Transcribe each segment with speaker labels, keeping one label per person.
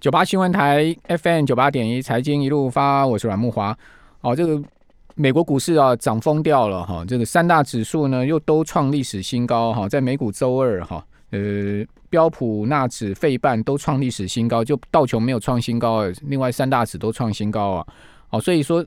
Speaker 1: 九八新闻台 FM 九八点一财经一路发，我是阮木华。哦，这个美国股市啊涨疯掉了哈、这个三大指数呢又都创历史新高哈、在美股周二哈、呃标普、纳指、费半都创历史新高，就道琼没有创新高，另外三大指都创新高啊。哦，所以说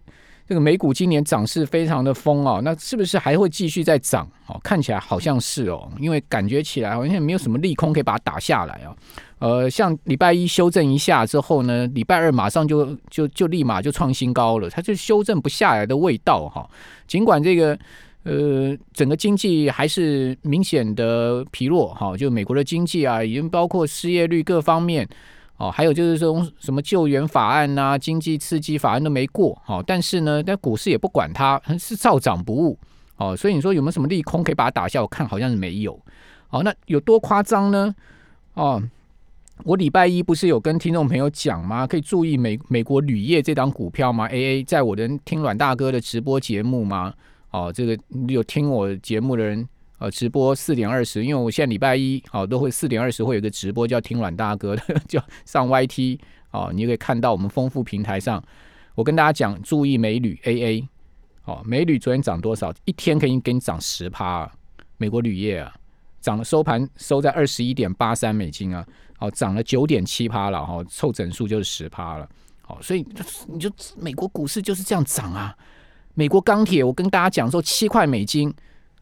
Speaker 1: 这个美股今年涨势非常的疯哦，那是不是还会继续再涨？哦，看起来好像是哦，因为感觉起来好像没有什么利空可以把它打下来哦。呃，像礼拜一修正一下之后呢，礼拜二马上就就就立马就创新高了，它就修正不下来的味道哈、尽管这个呃整个经济还是明显的疲弱哈、就美国的经济啊，已经包括失业率各方面哦，还有就是说什么救援法案呐、经济刺激法案都没过哦，但是呢，但股市也不管它，是照涨不误哦，所以你说有没有什么利空可以把它打下？我看好像是没有。哦，那有多夸张呢？哦，我礼拜一不是有跟听众朋友讲吗？可以注意美美国铝业这档股票吗？A A 在我的听阮大哥的直播节目吗？哦，这个有听我节目的人，呃，直播四点二十，因为我现在礼拜一哦都会四点二十会有个直播叫听阮大哥的， 叫上 Y T 哦，你就可以看到我们丰富平台上，我跟大家讲，注意美铝 A A 哦，美铝昨天涨多少？一天可以给你涨十趴、啊，美国铝业啊，涨了收盘收在二十一点八三美金啊。哦，涨了九点七趴了哈、哦，凑整数就是十趴了。好、所以就是你就美国股市就是这样涨啊。美国钢铁，我跟大家讲说七块美金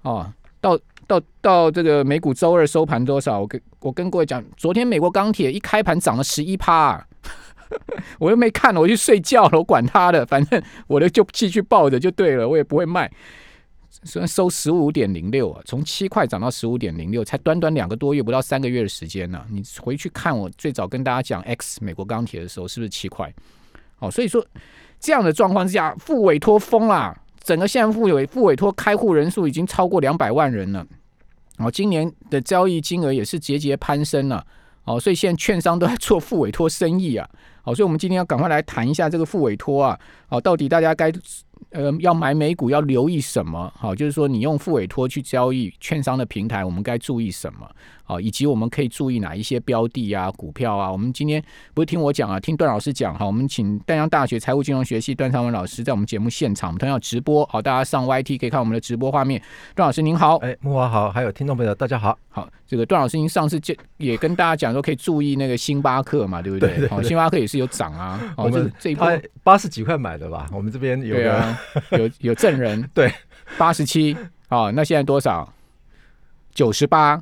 Speaker 1: 哦，到到到这个美股周二收盘多少？我跟我跟各位讲，昨天美国钢铁一开盘涨了十一趴。啊 我又没看了，我去睡觉了，我管他的，反正我的就继续抱着就对了，我也不会卖。虽然收十五点零六啊，从七块涨到十五点零六，才短短两个多月，不到三个月的时间呢、你回去看我最早跟大家讲 X 美国钢铁的时候，是不是七块？哦，所以说这样的状况之下，付委托疯啦，整个现在付委付委托开户人数已经超过两百万人了。哦，今年的交易金额也是节节攀升了、哦，所以现在券商都在做付委托生意啊。好、所以我们今天要赶快来谈一下这个付委托啊。哦，到底大家该呃，要买美股要留意什么？好、就是说你用付委托去交易券商的平台，我们该注意什么？好、以及我们可以注意哪一些标的啊、股票啊？我们今天不是听我讲啊，听段老师讲哈、我们请淡江大学财务金融学系段昌文老师在我们节目现场，我们同样有直播，好、大家上 YT 可以看我们的直播画面。段老师您好，
Speaker 2: 哎，木华好，还有听众朋友大家好。
Speaker 1: 好，这个段老师您上次就也跟大家讲说可以注意那个星巴克嘛，对不对？
Speaker 2: 对对
Speaker 1: 好星巴克也是有涨啊，
Speaker 2: 我
Speaker 1: 哦，这
Speaker 2: 们
Speaker 1: 这一波
Speaker 2: 他哎八十几块买的吧？我们这边有
Speaker 1: 对
Speaker 2: 个，
Speaker 1: 啊，有有证人
Speaker 2: 对，
Speaker 1: 八十七哦，那现在多少？九十八，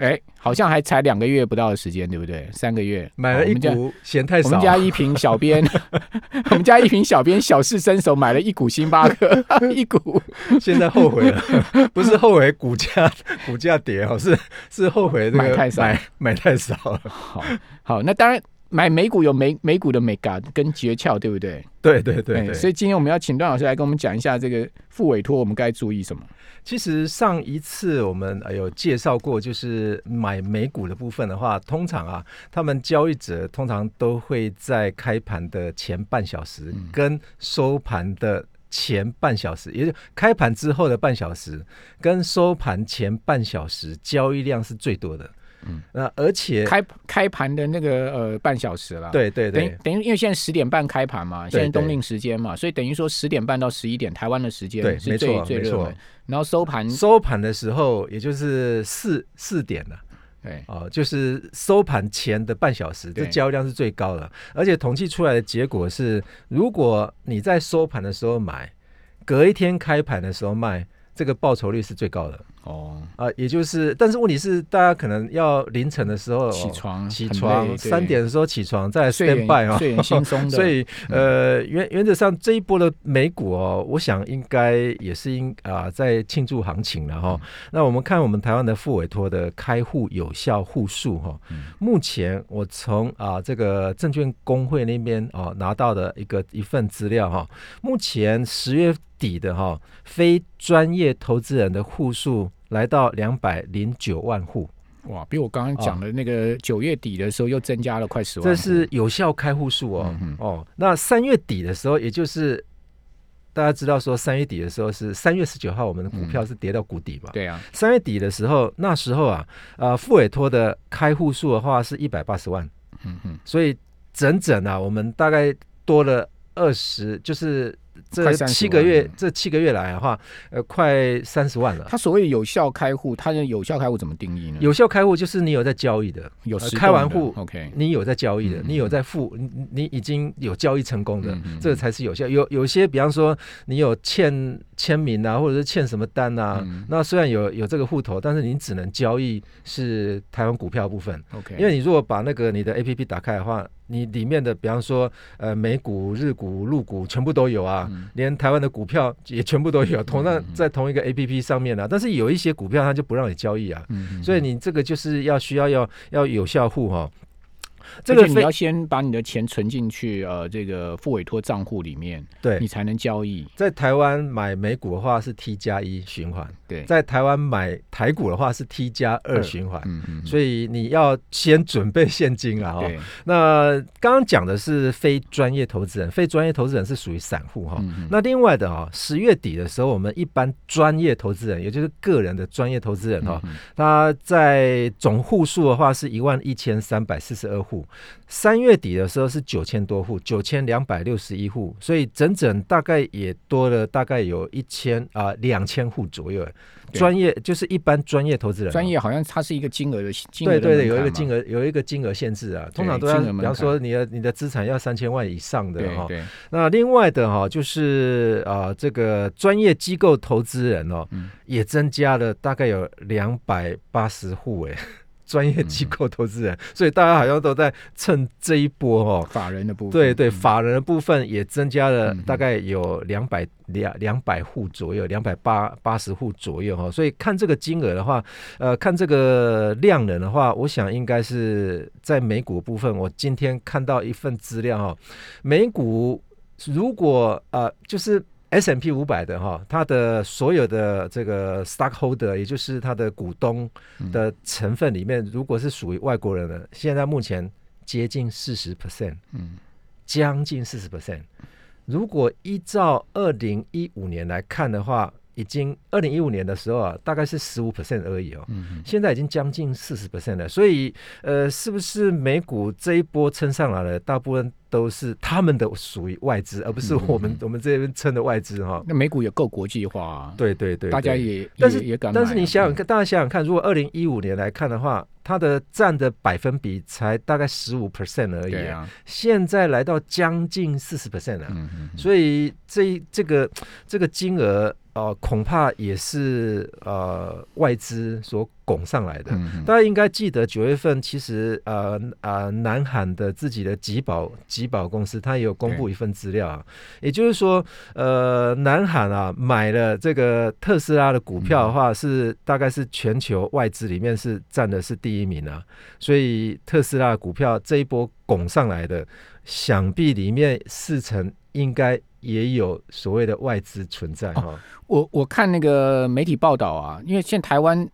Speaker 1: 哎，好像还才两个月不到的时间，对不对？三个月
Speaker 2: 买了一。
Speaker 1: 哦
Speaker 2: 股，嫌太
Speaker 1: 我
Speaker 2: 少
Speaker 1: 们家我们。家一瓶小编， 我们家一瓶小编小试身手买了一股星巴 克，一股
Speaker 2: 现在后悔了， 不是后悔股价股价跌哦，是是后悔这个
Speaker 1: 买太少
Speaker 2: 买买太少了。
Speaker 1: 好好。那当然，买美股有美美股的美感跟诀窍，对不对？
Speaker 2: 对对对
Speaker 1: 哎
Speaker 2: 对，
Speaker 1: 所以今天我们要请段老师来跟我们讲一下这个付委托，我们该注意什么？
Speaker 2: 其实上一次我们呃有介绍过，就是买美股的部分的话，通常啊，他们交易者通常都会在开盘的前半小时
Speaker 1: 嗯
Speaker 2: 跟收盘的前半小时，也就开盘之后的半小时跟收盘前半小时交易量是最多的。嗯，那而且
Speaker 1: 开开盘的那个呃半小时了。
Speaker 2: 对对
Speaker 1: 等于
Speaker 2: 对
Speaker 1: 等于，因为现在十点半开盘嘛，
Speaker 2: 对
Speaker 1: 现在冬令时间嘛，所以等于说十点半到十一点台湾的时间
Speaker 2: 对
Speaker 1: 是
Speaker 2: 没
Speaker 1: 最
Speaker 2: 错
Speaker 1: 最
Speaker 2: 没
Speaker 1: 热
Speaker 2: 错
Speaker 1: 门，然后收盘
Speaker 2: 收盘的时候，也就是四四点了、
Speaker 1: 对
Speaker 2: 哦，就是收盘前的半小时，这
Speaker 1: 对
Speaker 2: 交易量是最高的。而且统计出来的结果是，如果你在收盘的时候买，隔一天开盘的时候卖，这个报酬率是最高的
Speaker 1: 哦，
Speaker 2: 啊、也就是，但是问题是，大家可能要凌晨的时候
Speaker 1: 起床
Speaker 2: 哦起
Speaker 1: 很累
Speaker 2: 床
Speaker 1: 对
Speaker 2: 三点的时候起床，再来
Speaker 1: 睡
Speaker 2: stand by
Speaker 1: 眼
Speaker 2: 哦，
Speaker 1: 睡眼惺忪的， 嗯
Speaker 2: 所以呃，原原则上这一波的美股哦，我想应该也是应啊、在庆祝行情了哈、
Speaker 1: 嗯
Speaker 2: 那我们看我们台湾的付委托的开户有效户数哈、
Speaker 1: 嗯
Speaker 2: 目前我从啊、这个证券工会那边哦拿到的一个一份资料哈、目前十月底的哈、非专业投资人的户数来到两百零九万户。
Speaker 1: 哇，比我刚刚讲的那个九月底的时候又增加了快十万户，
Speaker 2: 这是有效开户数哦、
Speaker 1: 嗯
Speaker 2: 哦。那三月底的时候，也就是大家知道说三月底的时候是三月十九号，我们的股票是跌到谷底嘛。
Speaker 1: 嗯对啊，
Speaker 2: 三月底的时候，那时候啊，呃，付委托的开户数的话是一百八十万，
Speaker 1: 嗯嗯，
Speaker 2: 所以整整啊，我们大概多了二十，就是这
Speaker 1: 快30
Speaker 2: 七个月
Speaker 1: 万了，
Speaker 2: 这七个月来的话，呃，快三十万了。
Speaker 1: 它所谓有效开户，它的有效开户怎么定义呢？
Speaker 2: 有效开户就是你有在交易的，
Speaker 1: 有
Speaker 2: 呃
Speaker 1: 实
Speaker 2: 开完
Speaker 1: 动的
Speaker 2: 户
Speaker 1: ，OK，
Speaker 2: 你有在交易的，
Speaker 1: 嗯
Speaker 2: 你有在付，你你你已经有交易成功的，
Speaker 1: 嗯嗯
Speaker 2: 这个才是有效。有有些，比方说你有欠签名啊，或者是欠什么单啊，
Speaker 1: 嗯
Speaker 2: 那虽然有有这个户头，但是你只能交易是台湾股票部分。
Speaker 1: OK，
Speaker 2: 因为你如果把那个你的 A P P 打开的话，你里面的比方说呃美股、日股、陆股全部都有啊，
Speaker 1: 嗯
Speaker 2: 连台湾的股票也全部都有，同样在同一个 A P P 上面啊。但是有一些股票它就不让你交易啊，
Speaker 1: 嗯
Speaker 2: 所以你这个就是要需要要要有效户哈、哦。
Speaker 1: 这
Speaker 2: 这个
Speaker 1: 个你
Speaker 2: 非
Speaker 1: 要先把你的钱存进去，呃，这个付委托账户里面，你
Speaker 2: 对，
Speaker 1: 才能交易。
Speaker 2: 在台湾买美股的话是 T 加一循环，
Speaker 1: 对，
Speaker 2: 在台湾买台股的话是 T 加二循环。
Speaker 1: 嗯嗯，
Speaker 2: 所以你要先准备现金啦，
Speaker 1: 以
Speaker 2: 哦，
Speaker 1: 对，
Speaker 2: 那刚刚讲的是非专业投资人，非专业投资人是属于散户哈、
Speaker 1: 嗯嗯
Speaker 2: 那另外的啊、十月底的时候，我们一般专业投资人，也就是个人的专业投资人哈、
Speaker 1: 嗯
Speaker 2: 他在总户数的话是一万一千三百四十二户，三月底的时候是九千多户，九千两百六十一户，所以整整大概也多了大概有一千啊两千户左右。
Speaker 1: 对
Speaker 2: 专业就是一般专业投资人哦，
Speaker 1: 专业好像它是一个金额的金额的
Speaker 2: 对对对，有一
Speaker 1: 门槛
Speaker 2: 个
Speaker 1: 嘛
Speaker 2: 金额有一个金额限制啊，通
Speaker 1: 对
Speaker 2: 常都要，
Speaker 1: 金额门
Speaker 2: 比
Speaker 1: 槛
Speaker 2: 方说你的你的资产要三千万以上的哈、
Speaker 1: 对对，
Speaker 2: 那另外的哈、就是啊、这个专业机构投资人哦，
Speaker 1: 嗯
Speaker 2: 也增加了大概有两百八十户哎， 专业机构投资人，所以大家好像都在趁这一波哦。
Speaker 1: 法人的部分，
Speaker 2: 对对，
Speaker 1: 嗯
Speaker 2: 法人的部分也增加了
Speaker 1: 嗯
Speaker 2: 大概有两百两两百户左右，两百八八十户左右哈、哦。所以看这个金额的话，呃，看这个量能的话，我想应该是在美股部分。我今天看到一份资料哈、哦，美股如果呃就是。S M P 五百的哈，它的所有的这个 stockholder，也就是它的股东
Speaker 1: 嗯
Speaker 2: 的成分里面，如果是属于外国人的，现在目前接近四十 percent，
Speaker 1: 嗯
Speaker 2: 将近四十 percent。如果依照二零一五年来看的话，已经二零一五年的时候啊，大概是十五 percent 而已哦。
Speaker 1: 嗯嗯
Speaker 2: 现在已经将近四十 percent 了，所以呃，是不是美股这一波撑上来了，大部分都是他们的属于外资，而不是
Speaker 1: 嗯嗯
Speaker 2: 我们、
Speaker 1: 嗯
Speaker 2: 我们这边撑的外资哈、
Speaker 1: 那美股也够国际化啊，
Speaker 2: 对对对，
Speaker 1: 大家
Speaker 2: 对
Speaker 1: 也
Speaker 2: 但是
Speaker 1: 也也敢买啊，
Speaker 2: 但是你想想
Speaker 1: 嗯
Speaker 2: 看，大家想想看，如果二零一五年来看的话，它的占的百分比才大概十五 percent 而已
Speaker 1: 对
Speaker 2: 啊，
Speaker 1: 啊，
Speaker 2: 现在来到将近四十 percent 了。
Speaker 1: 嗯嗯，以
Speaker 2: 所以这这个这个金额呃，恐怕也是呃外资所拱上来的。
Speaker 1: 嗯
Speaker 2: 大家应该记得九月份，其实呃呃，南韩的自己的吉宝吉宝公司，它也有公布一份资料啊，也就是说，呃，南韩啊买了这个特斯拉的股票的话，是大概是全球外资里面是占的是第一名啊，所以特斯拉的股票这一波拱上来的，想必里面四成应该也有所谓的外资存在哈、
Speaker 1: 我我看那个媒体报道啊，因为现在台湾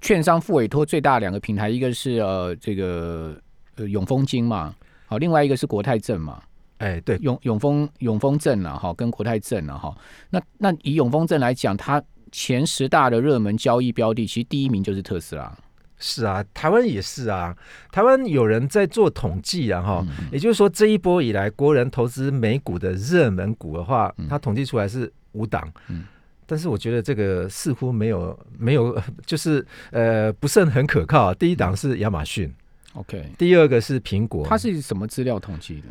Speaker 1: 券商付委托最大两个平台，一个是呃这个呃永丰金嘛，好，另外一个是国泰证嘛，
Speaker 2: 哎，对，
Speaker 1: 永永丰永丰证了、啊、哈，跟国泰证了、啊、哈。那那以永丰证来讲，它前十大的热门交易标的，其实第一名就是特斯拉。
Speaker 2: 是啊，台湾也是啊，台湾有人在做统计啊，哈、
Speaker 1: 嗯
Speaker 2: 也就是说这一波以来，国人投资美股的热门股的话，它统计出来是五档，
Speaker 1: 嗯
Speaker 2: 但是我觉得这个似乎没有没有， 就是呃不是很可靠啊、第一档是亚马逊，
Speaker 1: OK，
Speaker 2: 第二个是苹果，
Speaker 1: 嗯它是什么资料统计的？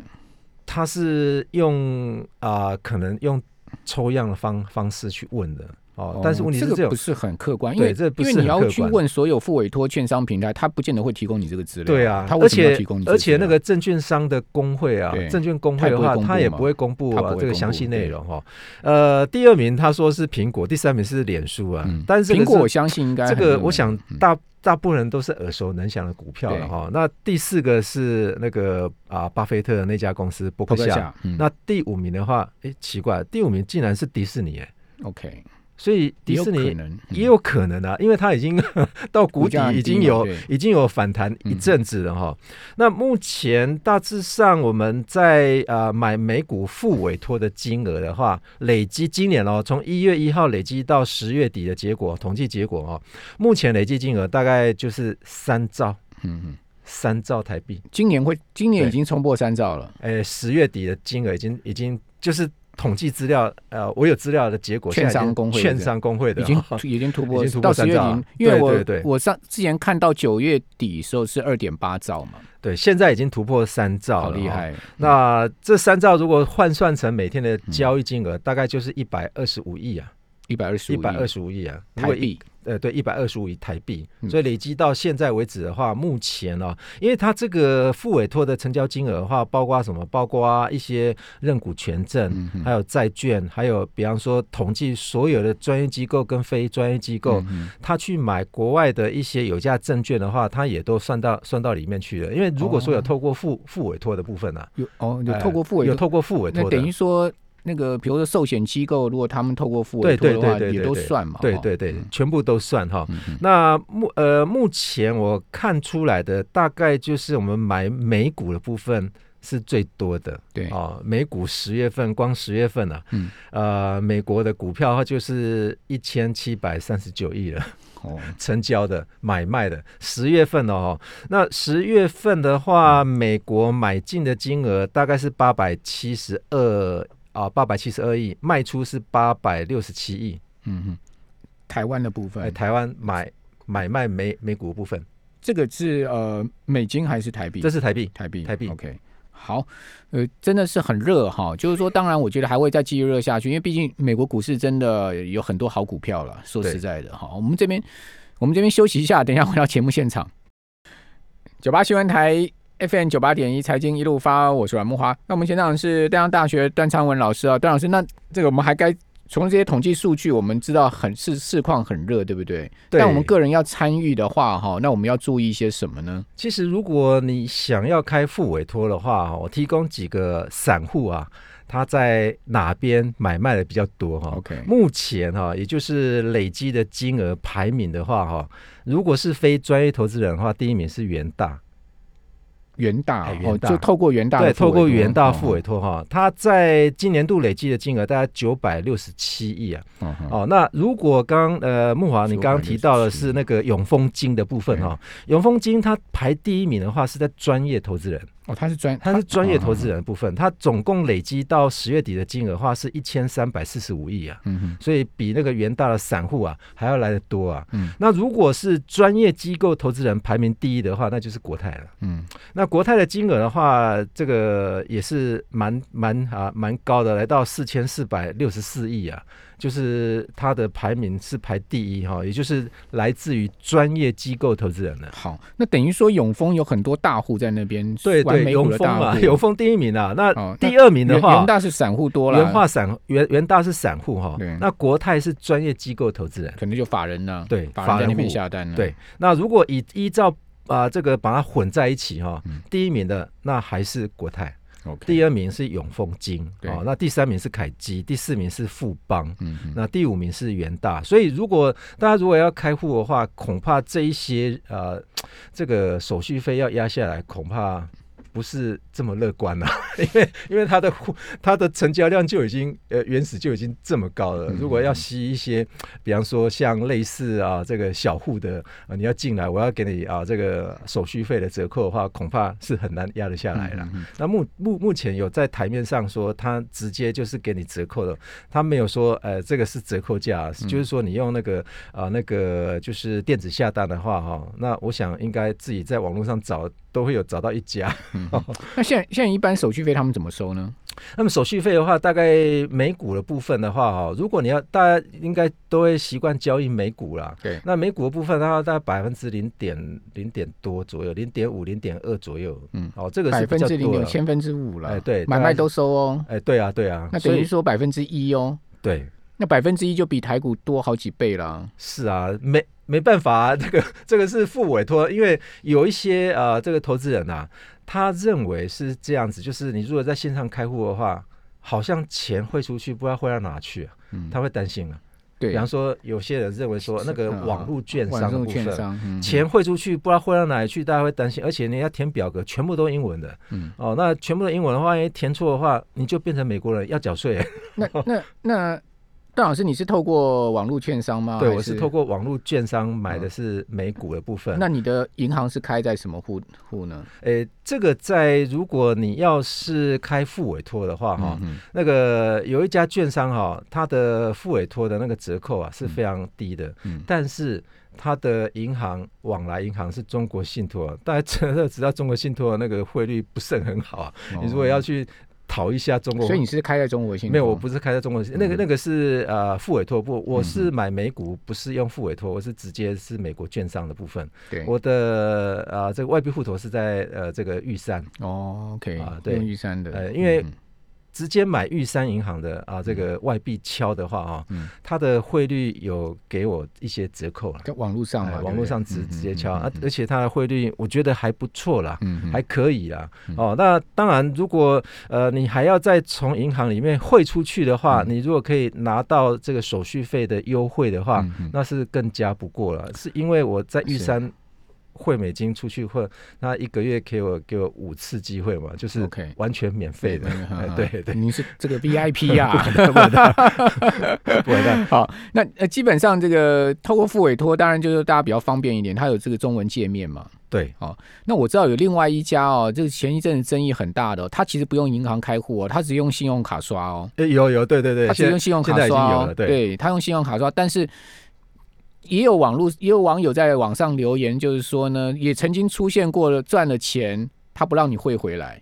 Speaker 2: 它是用啊、可能用抽样的方方式去问的哦，但是问题是
Speaker 1: 这
Speaker 2: 这
Speaker 1: 个
Speaker 2: 种
Speaker 1: 不是很客观，因
Speaker 2: 对
Speaker 1: 为
Speaker 2: 这不
Speaker 1: 因为
Speaker 2: 是
Speaker 1: 你
Speaker 2: 很
Speaker 1: 要
Speaker 2: 客
Speaker 1: 去
Speaker 2: 观
Speaker 1: 问所有付委托券商平台，它不见得会提供你这个资料。
Speaker 2: 对啊，
Speaker 1: 它为
Speaker 2: 而
Speaker 1: 什么要
Speaker 2: 且
Speaker 1: 提供你这
Speaker 2: 而
Speaker 1: 个资
Speaker 2: 且
Speaker 1: 料？
Speaker 2: 那个证券商的工会啊
Speaker 1: 对，
Speaker 2: 证券工会的
Speaker 1: 他也不会
Speaker 2: 话，
Speaker 1: 公布
Speaker 2: 他
Speaker 1: 嘛
Speaker 2: 也不会公布
Speaker 1: 他不会
Speaker 2: 啊
Speaker 1: 公布
Speaker 2: 这个详细内容哦。呃，第二名他说是苹果，第三名是脸书啊
Speaker 1: 嗯，
Speaker 2: 但是这个
Speaker 1: 苹果，我
Speaker 2: 是
Speaker 1: 相信应该
Speaker 2: 这
Speaker 1: 很热
Speaker 2: 个
Speaker 1: 门
Speaker 2: 我想大大部分人都是耳熟能详的股票了哈。那第四个是那个啊，巴菲特的那家公司伯克
Speaker 1: 投个
Speaker 2: 夏。
Speaker 1: 下，嗯
Speaker 2: 那第五名的话，哎，奇怪，第五名竟然是迪士尼哎，
Speaker 1: OK，
Speaker 2: 所以迪士
Speaker 1: 也有
Speaker 2: 尼
Speaker 1: 可能
Speaker 2: 也有可能啊，因为它已经 到谷
Speaker 1: 嗯股
Speaker 2: 底
Speaker 1: 价很，低
Speaker 2: 已经
Speaker 1: 嘛
Speaker 2: 有
Speaker 1: 对嗯
Speaker 2: 已经有反弹一阵子了哈。那目前大致上我们在呃买美股付委托的金额的话，累积今年哦，从一月一号累积到十月底的结果，统计结果哦，目前累计金额大概就是三兆
Speaker 1: 嗯嗯嗯
Speaker 2: 三兆台币，
Speaker 1: 今年会，今年已经冲破三兆了，
Speaker 2: 哎，十月底的金额已经已经就是统计资料，呃，我有资料的结果，
Speaker 1: 券商
Speaker 2: 现在已经
Speaker 1: 工会
Speaker 2: 券商工会的哦
Speaker 1: 已经
Speaker 2: 哈
Speaker 1: 已经突破
Speaker 2: 已经突
Speaker 1: 到
Speaker 2: 破
Speaker 1: 十
Speaker 2: 三
Speaker 1: 月
Speaker 2: 兆了
Speaker 1: 底，因为
Speaker 2: 对
Speaker 1: 我
Speaker 2: 对对
Speaker 1: 我上之前看到九月底时候是二点八兆嘛，
Speaker 2: 对，现在已经突破三兆了，哦
Speaker 1: 好厉
Speaker 2: 哈。
Speaker 1: 害，
Speaker 2: 那这三兆如果换算成每天的交易金额，大概就是一百二十五亿啊，
Speaker 1: 一百二十
Speaker 2: 一
Speaker 1: 五
Speaker 2: 百二
Speaker 1: 亿
Speaker 2: 十五亿啊，如
Speaker 1: 台
Speaker 2: 果一
Speaker 1: 币，
Speaker 2: 呃，对，一百二十五亿台币
Speaker 1: 嗯，
Speaker 2: 所以累积到现在为止的话，目前哦，因为它这个付委托的成交金额的话，包括什么？包括一些认股权证，
Speaker 1: 嗯哼
Speaker 2: 还有债券，还有比方说统计所有的专业机构跟非专业机构，
Speaker 1: 嗯
Speaker 2: 他去买国外的一些有价证券的话，他也都算到算到里面去了。因为如果说有
Speaker 1: 哦
Speaker 2: 透过付付委托的部分呢、啊，
Speaker 1: 有哦，有
Speaker 2: 呃
Speaker 1: 透过付委
Speaker 2: 有
Speaker 1: 托，
Speaker 2: 透过付委
Speaker 1: 那
Speaker 2: 托的
Speaker 1: 等于。说那个比如说寿险机构，如果他们透过付委
Speaker 2: 对
Speaker 1: 托的
Speaker 2: 对
Speaker 1: 话，
Speaker 2: 对对
Speaker 1: 也
Speaker 2: 对
Speaker 1: 都
Speaker 2: 对
Speaker 1: 算嘛，
Speaker 2: 对
Speaker 1: 哈
Speaker 2: 对对
Speaker 1: 嗯，
Speaker 2: 全部都算哈。
Speaker 1: 嗯哼
Speaker 2: 那目呃，目前我看出来的大概就是我们买美股的部分是最多的
Speaker 1: 对，
Speaker 2: 哦。美股十月份光十月份啊，
Speaker 1: 嗯
Speaker 2: 呃，美国的股票它就是一千七百三十九亿了，
Speaker 1: 哦，
Speaker 2: 成交的买卖的十月份哦。那十月份的话，美国买进的金额大概是八百七十二啊，八百七十二亿，卖出是八百六十七亿。
Speaker 1: 嗯哼，台湾的部分，
Speaker 2: 哎，台湾买买卖美美股的部分，
Speaker 1: 这个是呃美金还是台币？
Speaker 2: 这是台币。
Speaker 1: 台币，
Speaker 2: 台币
Speaker 1: OK，好，呃，真的是很热哈，就是说，当然，我觉得还会再继续热下去，因为毕竟美国股市真的有很多好股票了。说
Speaker 2: 对
Speaker 1: 实在的哈，我们这边我们这边休息一下，等一下回到节目现场。九八新闻台 FM 九八点一财经一路发，我是阮木华。那我们现场是淡江大学段昌文老师啊，段老师，那这个我们还该。从这些统计数据，我们知道很市市况很热，对不对？
Speaker 2: 对
Speaker 1: 但我们个人要参与的话，哈，那我们要注意一些什么呢？
Speaker 2: 其实，如果你想要开副委托的话，我提供几个散户啊，他在哪边买卖的比较多哦哈、
Speaker 1: OK
Speaker 2: 目前哈、也就是累积的金额排名的话哈、如果是非专业投资人的话，第一名是元大，
Speaker 1: 元大，
Speaker 2: 哎
Speaker 1: 哦，
Speaker 2: 元大
Speaker 1: 就透过元大的
Speaker 2: 对，
Speaker 1: 付委
Speaker 2: 透
Speaker 1: 托
Speaker 2: 过元大副委
Speaker 1: 哦
Speaker 2: 托哈、他在今年度累积的金额大概九百六十七亿啊。
Speaker 1: 哦哦
Speaker 2: 哦，那如果刚呃木华你刚刚提到的是那个永丰金的部分哈、
Speaker 1: 嗯
Speaker 2: 永丰金它排第一名的话是在专业投资人。
Speaker 1: 哦，他是哦专，
Speaker 2: 他是专业投资人的部分，他总共累积到十月底的金额的话是一千三百四十五亿啊，
Speaker 1: 嗯哼，
Speaker 2: 所以比那个元大的散户啊还要来得多啊。
Speaker 1: 嗯
Speaker 2: 那如果是专业机构投资人排名第一的话，那就是国泰了。
Speaker 1: 嗯，
Speaker 2: 那国泰的金额的话，这个也是蛮蛮啊蛮高的，来到四千四百六十四亿啊，就是它的排名是排第一哈、也就是来自于专业机构投资人的。
Speaker 1: 嗯好，那等于说永丰有很多大户在那边，
Speaker 2: 对
Speaker 1: 玩
Speaker 2: 对，
Speaker 1: 美股
Speaker 2: 永
Speaker 1: 的
Speaker 2: 丰
Speaker 1: 大
Speaker 2: 嘛，
Speaker 1: 户，嗯
Speaker 2: 永丰第一名啊。那
Speaker 1: 哦那
Speaker 2: 第二名的
Speaker 1: 元
Speaker 2: 话，
Speaker 1: 元大是散户多
Speaker 2: 元
Speaker 1: 了，
Speaker 2: 化散元元大是散户哈
Speaker 1: 对，
Speaker 2: 那国泰是专业机构投资人。
Speaker 1: 可能就法人呢，
Speaker 2: 对
Speaker 1: 法
Speaker 2: 法
Speaker 1: 人在那
Speaker 2: 人
Speaker 1: 边
Speaker 2: 户
Speaker 1: 下单呢，
Speaker 2: 对，那如果以依照啊、这个把它混在一起哈、
Speaker 1: 嗯
Speaker 2: 第一名的那还是国泰，
Speaker 1: ，OK，
Speaker 2: 第
Speaker 1: 二，
Speaker 2: 二名是永丰金，
Speaker 1: 对
Speaker 2: 哦，那第三名是凯基，第四名是富邦。
Speaker 1: 嗯哼，
Speaker 2: 那第五名是元大，所以如果大家如果要开户的话，恐怕这一些呃，这个手续费要压下来，恐怕不是这么乐观了、啊 因为因为它的户它的成交量就已经呃原始就已经这么高了，
Speaker 1: 嗯
Speaker 2: 如果要吸一些，比方说像类似啊这个小户的、啊，你要进来，我要给你啊这个手续费的折扣的话，恐怕是很难压得下来了。
Speaker 1: 嗯哼
Speaker 2: 那目目目前有在台面上说，他直接就是给你折扣的，他没有说呃这个是折扣价，
Speaker 1: 嗯
Speaker 2: 就是说你用那个啊、呃那个就是电子下单的话哈、那我想应该自己在网络上找都会有找到一家。
Speaker 1: 那现在现在一般手续费他们怎么收呢？
Speaker 2: 那么手续费的话，大概美股的部分的话哈、如果你要大家应该都会习惯交易美股啦。
Speaker 1: 对，
Speaker 2: 那美股的部分的话，大概百分之零点零点多左右，零点五、零点二左右。
Speaker 1: 嗯
Speaker 2: 哦，这个
Speaker 1: 百
Speaker 2: 是比
Speaker 1: 分
Speaker 2: 较
Speaker 1: 之零
Speaker 2: 多
Speaker 1: 点
Speaker 2: 了。
Speaker 1: 千分之五了，
Speaker 2: 哎对
Speaker 1: 买
Speaker 2: 大
Speaker 1: 卖
Speaker 2: 概
Speaker 1: 都收哦，
Speaker 2: 哎，对啊，对啊，
Speaker 1: 那
Speaker 2: 所
Speaker 1: 等于
Speaker 2: 以
Speaker 1: 说百分之一哦，
Speaker 2: 对，
Speaker 1: 那百分之一就比台股多好几倍啦，
Speaker 2: 是啊，没没办法、啊， 这个这个是付委托，因为有一些呃，这个投资人啊，他认为是这样子，就是你如果在线上开户的话，好像钱汇出去，不知道汇到哪去啊、
Speaker 1: 嗯
Speaker 2: 他会担心啊。
Speaker 1: 对
Speaker 2: 比，方说，有些人认为说那个
Speaker 1: 嗯
Speaker 2: 网络券
Speaker 1: 晚
Speaker 2: 商的
Speaker 1: 上
Speaker 2: 部
Speaker 1: 券
Speaker 2: 分。
Speaker 1: 商嗯
Speaker 2: 钱汇出去，不知道汇到哪里去，大家会担心。而且你要填表格，全部都英文的。
Speaker 1: 嗯
Speaker 2: 哦，那 全部都英文的话，万一填错的话，你就变成美国人要缴税。
Speaker 1: 那那那段老师，你是透过网络券商吗？
Speaker 2: 对，
Speaker 1: 还
Speaker 2: 我是透。过网络券商买的是美股的部分。
Speaker 1: 那你的银行是开在什么户户呢？
Speaker 2: 诶，这个在如果你要是开副委托的话，哈、
Speaker 1: 嗯哼
Speaker 2: 那个有一家券商哈、它的副委托的那个折扣啊是非常低的，
Speaker 1: 嗯
Speaker 2: 但是它的银行往来银行是中国信托，大家知道 知道中国信托的那个汇率不是很好啊，你如果要去讨一下中国，
Speaker 1: 哦所以你是开在中国信托？
Speaker 2: 没有，我不是开在中国信，那个
Speaker 1: 嗯
Speaker 2: 那个是呃副委托部，我是
Speaker 1: 嗯
Speaker 2: 买美股，不是用副委托，我是直接是美国券商的部分。
Speaker 1: 对。
Speaker 2: 我的呃这个外币户头是在呃这个玉山，
Speaker 1: 哦，OK，
Speaker 2: 啊对
Speaker 1: 用玉山的，
Speaker 2: 呃因为
Speaker 1: 嗯
Speaker 2: 直接买玉山银行的啊、这个外币敲的话啊、
Speaker 1: 嗯
Speaker 2: 它的汇率有给我一些折扣了，
Speaker 1: 在网络上
Speaker 2: 哎
Speaker 1: 嘛，
Speaker 2: 网络上直
Speaker 1: 直
Speaker 2: 直接敲啊，而且它的汇率我觉得还不错啦。
Speaker 1: 嗯嗯
Speaker 2: 还可以啦，
Speaker 1: 嗯
Speaker 2: 哦，那当然，如果呃你还要再从银行里面汇出去的话，
Speaker 1: 嗯
Speaker 2: 你如果可以拿到这个手续费的优惠的话，
Speaker 1: 嗯嗯
Speaker 2: 那是更加不过了。是因为我在玉山汇美金出去汇，那一个月给我给我五次机会嘛，就是
Speaker 1: OK
Speaker 2: 完全免费的，哎 对对，
Speaker 1: 嗯您是这个 VIP 呀。
Speaker 2: 不完蛋。
Speaker 1: 啊 好，那呃，基本上这个透过付委托，当然就是大家比较方便一点，它有这个中文界面嘛。
Speaker 2: 对，
Speaker 1: 那我知道有另外一家哦，这个前一阵子争议很大的哦，它其实不用银行开户哦，它只用信用卡刷哦。
Speaker 2: 哎有有对对对，
Speaker 1: 他只
Speaker 2: 现
Speaker 1: 用
Speaker 2: 在
Speaker 1: 信用卡
Speaker 2: 现在已经
Speaker 1: 刷、
Speaker 2: 有
Speaker 1: 哦
Speaker 2: 了，对
Speaker 1: 他用信用卡刷，但是也有网络也有网友在网上留言，就是说呢，也曾经出现过了赚了钱，他不让你汇回来，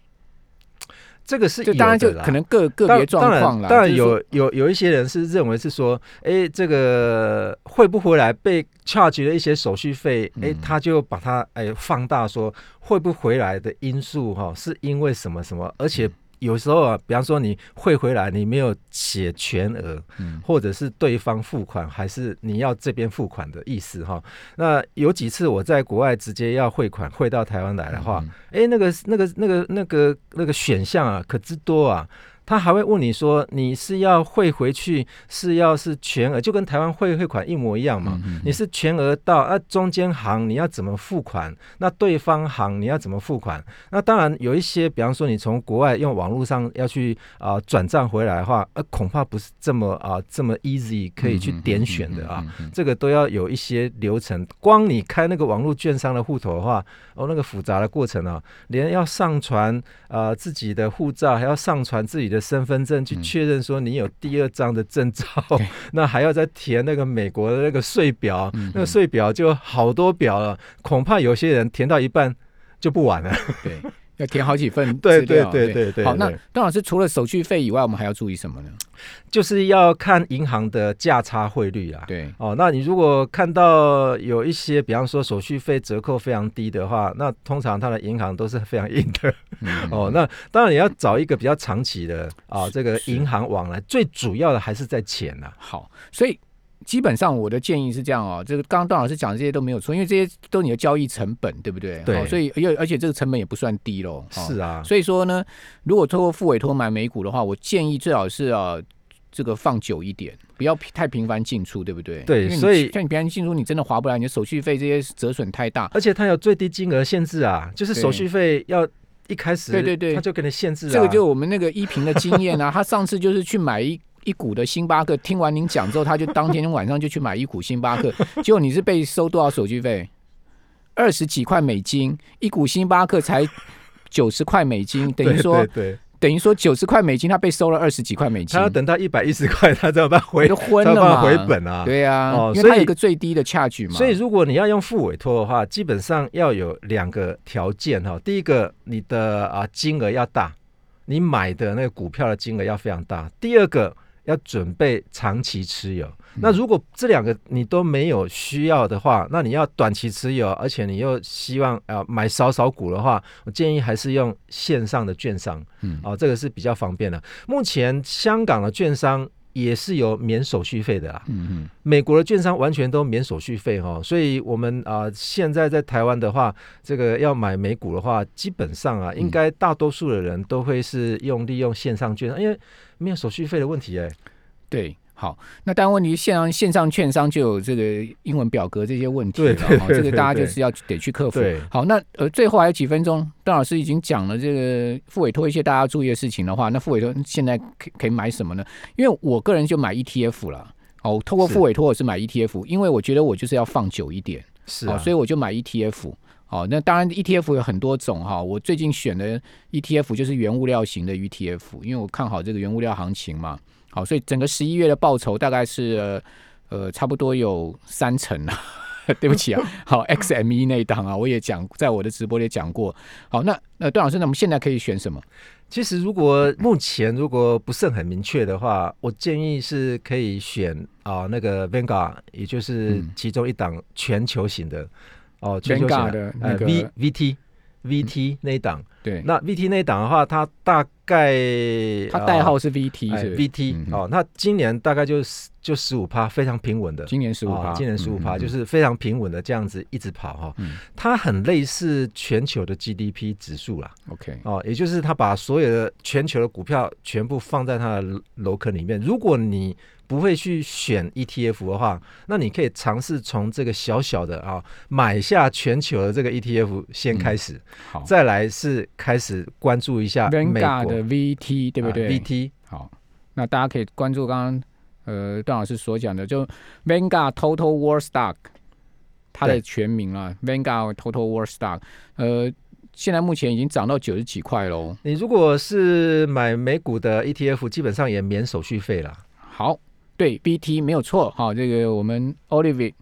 Speaker 2: 这个是
Speaker 1: 这
Speaker 2: 有
Speaker 1: 当然就
Speaker 2: 的啦
Speaker 1: 可能个个
Speaker 2: 当
Speaker 1: 别状况啦，
Speaker 2: 当然，当然
Speaker 1: 就是说
Speaker 2: 有有有一些人是认为是说，哎，这个会不回来被 charge 的一些手续费，哎、
Speaker 1: 嗯
Speaker 2: 他就把它哎放大说会不回来的因素哈、是因为什么什么，而
Speaker 1: 嗯
Speaker 2: 且。有时候啊，比方说你汇回来，你没有写全额，
Speaker 1: 嗯
Speaker 2: 或者是对方付款，还是你要这边付款的意思哈。那有几次我在国外直接要汇款汇到台湾来的
Speaker 1: 嗯
Speaker 2: 话，哎，那个那个那个那个那个选项啊，可之多啊。他还会问你说你是要汇回去，是要是全额，就跟台湾汇汇款一模一样嘛。
Speaker 1: 嗯嗯
Speaker 2: 啊你是全额到，那、中间行你要怎么付款？那对方行你要怎么付款？那当然有一些，比方说你从国外用网络上要去啊、转账回来的话，呃，恐怕不是这么啊、这么 easy 可以去点选的啊。，
Speaker 1: 嗯嗯嗯嗯嗯嗯嗯
Speaker 2: 这个都要有一些流程。光你开那个网络券商的户头的话，哦，那个复杂的过程啊，连要上传呃自己的护照，还要上传自己的身份证去
Speaker 1: 嗯
Speaker 2: 确认说你有第二张的证照，
Speaker 1: 对
Speaker 2: 那还要再填那个美国的那个税表，
Speaker 1: 嗯
Speaker 2: 那个税表就好多表了，恐怕有些人填到一半就不玩了。
Speaker 1: 嗯对。 要填好几份
Speaker 2: 对
Speaker 1: 资料
Speaker 2: 对对对对
Speaker 1: 好，那
Speaker 2: 对
Speaker 1: 段老师除了手续费以外，我们还要注意什么呢？
Speaker 2: 就是要看银行的价差汇率啊。
Speaker 1: 对，
Speaker 2: 哦，那你如果看到有一些，比方说手续费折扣非常低的话，那通常它的银行都是非常硬的。
Speaker 1: 嗯
Speaker 2: 哦，那当然你要找一个比较长期的啊，这个
Speaker 1: 是
Speaker 2: 银行往来，最主要的还是在钱呐、
Speaker 1: 好，所以基本上我的建议是这样哦，这个刚刚段老师讲的这些都没有错，因为这些都你的交易成本，对不对？
Speaker 2: 对
Speaker 1: 哦所以而且而且这个成本也不算低喽。哦
Speaker 2: 是啊，
Speaker 1: 所以说呢，如果透过付委托买美股的话，我建议最好是啊、呃这个放久一点，不要太频繁进出，对不对？
Speaker 2: 对
Speaker 1: 因为你
Speaker 2: 所以
Speaker 1: 像你频繁进出，你真的划不来，你的手续费这些折损太大。
Speaker 2: 而且它有最低金额限制啊，就是
Speaker 1: 对
Speaker 2: 手续费要一开始，
Speaker 1: 对对对
Speaker 2: 它就给你限制啊。
Speaker 1: 这个就我们那个依萍的经验 啊，他上次就是去买一。一股的星巴克，听完您讲之后，他就当天晚上就去买一股星巴 克。结果你是被收多少手续费？二十几块美金，一股星巴克才九十块美 金，等于
Speaker 2: 对
Speaker 1: 说
Speaker 2: 对对，
Speaker 1: 等于说九十块美金，他被收了二十几块美金
Speaker 2: 它，要等到一百一十块，它才有办法回，
Speaker 1: 就昏
Speaker 2: 才
Speaker 1: 了
Speaker 2: 有办
Speaker 1: 嘛。
Speaker 2: 法回本啊。
Speaker 1: 对啊，
Speaker 2: 哦
Speaker 1: 因
Speaker 2: 所
Speaker 1: 为
Speaker 2: 以
Speaker 1: 它有一个最低的差距嘛。
Speaker 2: 所以，如果你要用副委托的话，基本上要有两个条件哈、第一个，你的啊金额要大，你买的那个股票的金额要非常大；第二个，要准备长期持有。那如果这两个你都没有需要的话，那你要短期持有，而且你又希望啊、呃买少少股的话，我建议还是用线上的券商，
Speaker 1: 嗯
Speaker 2: 哦，这个是比较方便的。目前香港的券商也是有免手续费的啦，
Speaker 1: 嗯嗯，
Speaker 2: 美国的券商完全都免手续费哈、哦，所以我们啊、现在在台湾的话，这个要买美股的话，基本上啊，
Speaker 1: 嗯
Speaker 2: 应该大多数的人都会是用利用线上券商，因为没有手续费的问题哎。
Speaker 1: 对。好，那但问题线上线上券商就有这个英文表格这些问题了，
Speaker 2: 对对
Speaker 1: 哈
Speaker 2: 对
Speaker 1: 这个大家
Speaker 2: 对
Speaker 1: 就是要去得去克服。
Speaker 2: 对
Speaker 1: 好，那呃最后还有几分钟，段老师已经讲了这个付委托一些大家注意的事情的话，那付委托现在可以可以买什么呢？因为我个人就买 E ETF 了。哦，透过
Speaker 2: 是
Speaker 1: 付委托我是买 ETF，因为我觉得我就是要放久一点。
Speaker 2: 是啊，
Speaker 1: 哦，所以我就买 ETF。哦，那当然，ETF 有很多种哈、我最近选的 ETF 就是原物料型的 ETF，因为我看好这个原物料行情嘛。好，所以整个十一月的报酬大概是呃呃差不多有三成啊。 对不起啊，好 XME 那一档啊，我也讲在我的直播里也讲过。好，那那段老师，那我们现在可以选什么？
Speaker 2: 其实，如果目前如果不是很明确的话，我建议是可以选啊、那个 Vanguard，也就是
Speaker 1: 嗯
Speaker 2: 其中一档全球型的哦、全球型
Speaker 1: Vanguard 的那
Speaker 2: 呃
Speaker 1: 个
Speaker 2: V VT VT 那一档。
Speaker 1: 对，
Speaker 2: 那 VT 那一档的话，它大概
Speaker 1: 它代号
Speaker 2: 呃
Speaker 1: 是 VT，
Speaker 2: 哎
Speaker 1: 是不是
Speaker 2: VT
Speaker 1: 嗯
Speaker 2: 哦，那今年大概就是就十五趴，非常平稳的。
Speaker 1: 今年十五
Speaker 2: 啊
Speaker 1: 趴，
Speaker 2: 今年十五趴，
Speaker 1: 嗯
Speaker 2: 就是非常平稳的这样子一直跑哈、哦
Speaker 1: 嗯
Speaker 2: 它很类似全球的 GDP 指数啦，
Speaker 1: OK，
Speaker 2: 哦，也就是他把所有的全球的股票全部放在他的楼坑里面。如果你不会去选 ETF 的话，那你可以尝试从这个小小的啊买下全球的这个 ETF 先开始，
Speaker 1: 嗯好
Speaker 2: 再来是开始关注一下啊美
Speaker 1: ，Vanguard
Speaker 2: 国
Speaker 1: 的 VT 对不对、
Speaker 2: 啊 VT
Speaker 1: 好，那大家可以关注刚刚呃段老师所讲的，就 Vanguard Total War Stock 它的
Speaker 2: 对
Speaker 1: 全名啊，Vanguard Total War Stock，呃，现在目前已经涨到九十几块喽。
Speaker 2: 你如果是买美股的 ETF，基本上也免手续费啦。
Speaker 1: 好，对，BT 没有错，好、这个我们 Olivier